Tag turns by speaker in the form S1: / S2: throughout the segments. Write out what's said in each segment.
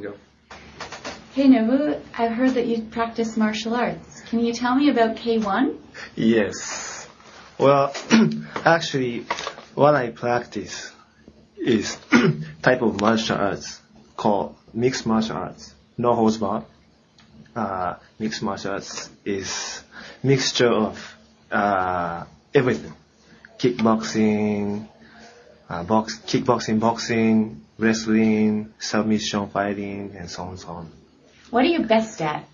S1: Go.
S2: Hey Nobu, I've heard that you practice martial arts. Can you tell me about K1?
S1: Yes. Well, actually, what I practice is type of martial arts called mixed martial arts. No holds barred. Uh, mixed martial arts is mixture of uh, everything. Kickboxing, uh, box, kickboxing, boxing, wrestling, submission fighting, and so on so on.
S2: What are you best at?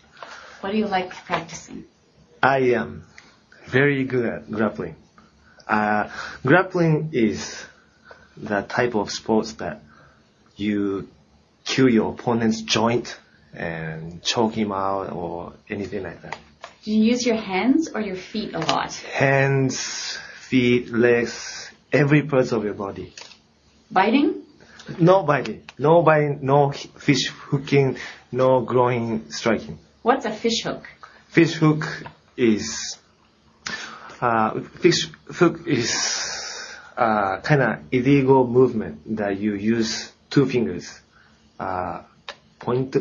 S2: What do you like practicing?
S1: I am very good at grappling. Uh, grappling is the type of sports that you kill your opponent's joint and choke him out or anything like that.
S2: Do you use your hands or your feet a lot?
S1: Hands, feet, legs, every part of your body.
S2: Biting?
S1: No biting, no biting, no fish hooking, no groin striking.
S2: What's a fish hook?
S1: Fish hook is uh, fish hook is uh, kind of illegal movement that you use two fingers, uh, point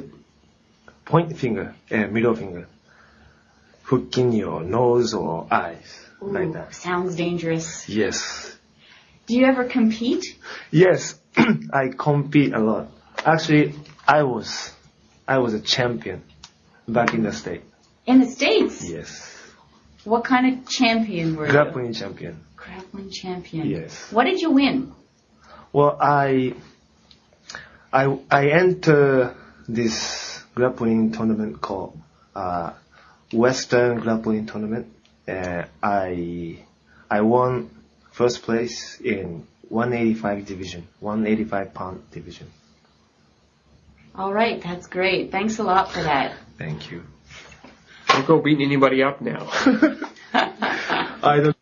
S1: point finger and middle finger, hooking your nose or eyes like
S2: Ooh,
S1: that.
S2: Sounds dangerous.
S1: Yes,
S2: Do you ever compete?
S1: yes, I compete a lot. Actually, I was I was a champion back in the state.
S2: In the States?
S1: Yes,
S2: What kind of champion were you?
S1: grappling champion.
S2: Grappling champion.
S1: Yes.
S2: What did you win?
S1: Well, I, I, I enter this grappling tournament called uh, Western Grappling Tournament, and I, I won first place in 185 division, 185 pound division.
S2: All right, that's great. Thanks a lot for that.
S1: Thank you.
S3: Don't go beating anybody up now.
S1: I don't.